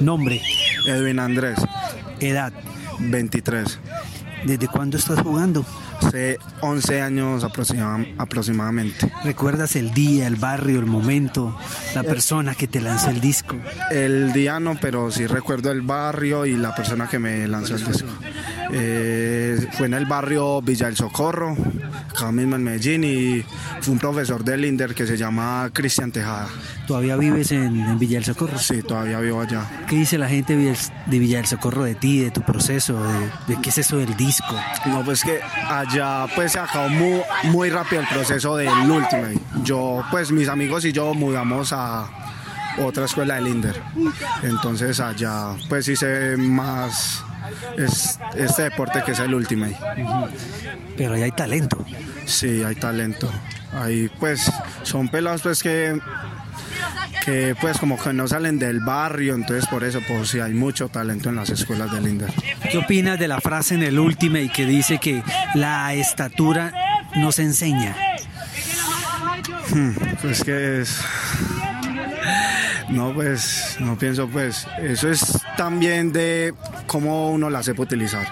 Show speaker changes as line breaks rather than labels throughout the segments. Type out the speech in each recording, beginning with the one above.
Nombre,
Edwin Andrés,
edad,
23.
¿desde cuándo estás jugando?
Hace 11 años aproxima- aproximadamente.
¿Recuerdas el día, el barrio, el momento, la persona que te lanzó el disco?
El día no, pero sí recuerdo el barrio y la persona que me lanzó el disco. Eh, fue en el barrio Villa del Socorro, acá mismo en Medellín, y fue un profesor de Linder que se llama Cristian Tejada.
¿Todavía vives en, en Villa del Socorro?
Sí, todavía vivo allá.
¿Qué dice la gente de Villa- de Villa del Socorro de ti, de tu proceso, de, de qué es eso del disco?
No, pues que allá pues se acabó muy, muy rápido el proceso del Ultimate. Yo, pues mis amigos y yo mudamos a otra escuela de Linder. Entonces allá pues hice más es- este deporte que es el Ultimate.
Pero ahí hay talento.
Sí, hay talento. Ahí pues son pelados pues que que pues como que no salen del barrio, entonces por eso pues sí hay mucho talento en las escuelas de Linder.
¿Qué opinas de la frase en el Ultimate que dice que la estatura nos enseña?
Pues que es. No, pues, no pienso, pues. Eso es también de cómo uno la sepa utilizar.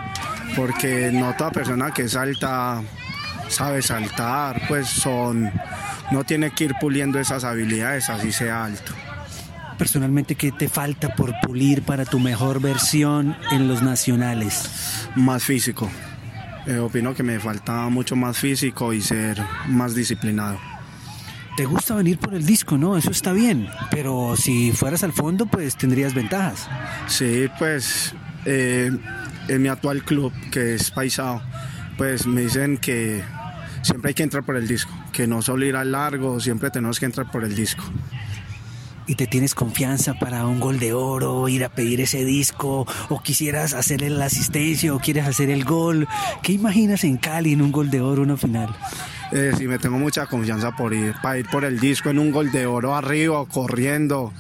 Porque no toda persona que salta sabe saltar, pues son. No tiene que ir puliendo esas habilidades, así sea alto.
Personalmente, ¿qué te falta por pulir para tu mejor versión en los nacionales?
Más físico. Eh, opino que me falta mucho más físico y ser más disciplinado.
Te gusta venir por el disco, ¿no? Eso está bien. Pero si fueras al fondo, pues tendrías ventajas.
Sí, pues eh, en mi actual club, que es Paisao, pues me dicen que siempre hay que entrar por el disco, que no solo ir al largo, siempre tenemos que entrar por el disco.
Y te tienes confianza para un gol de oro, ir a pedir ese disco, o quisieras hacer la asistencia, o quieres hacer el gol. ¿Qué imaginas en Cali en un gol de oro, una final?
Eh, sí, me tengo mucha confianza por ir, para ir por el disco en un gol de oro arriba, o corriendo,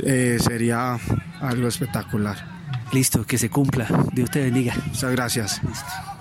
eh, sería algo espectacular.
Listo, que se cumpla. Dios te bendiga.
Muchas gracias.
Listo.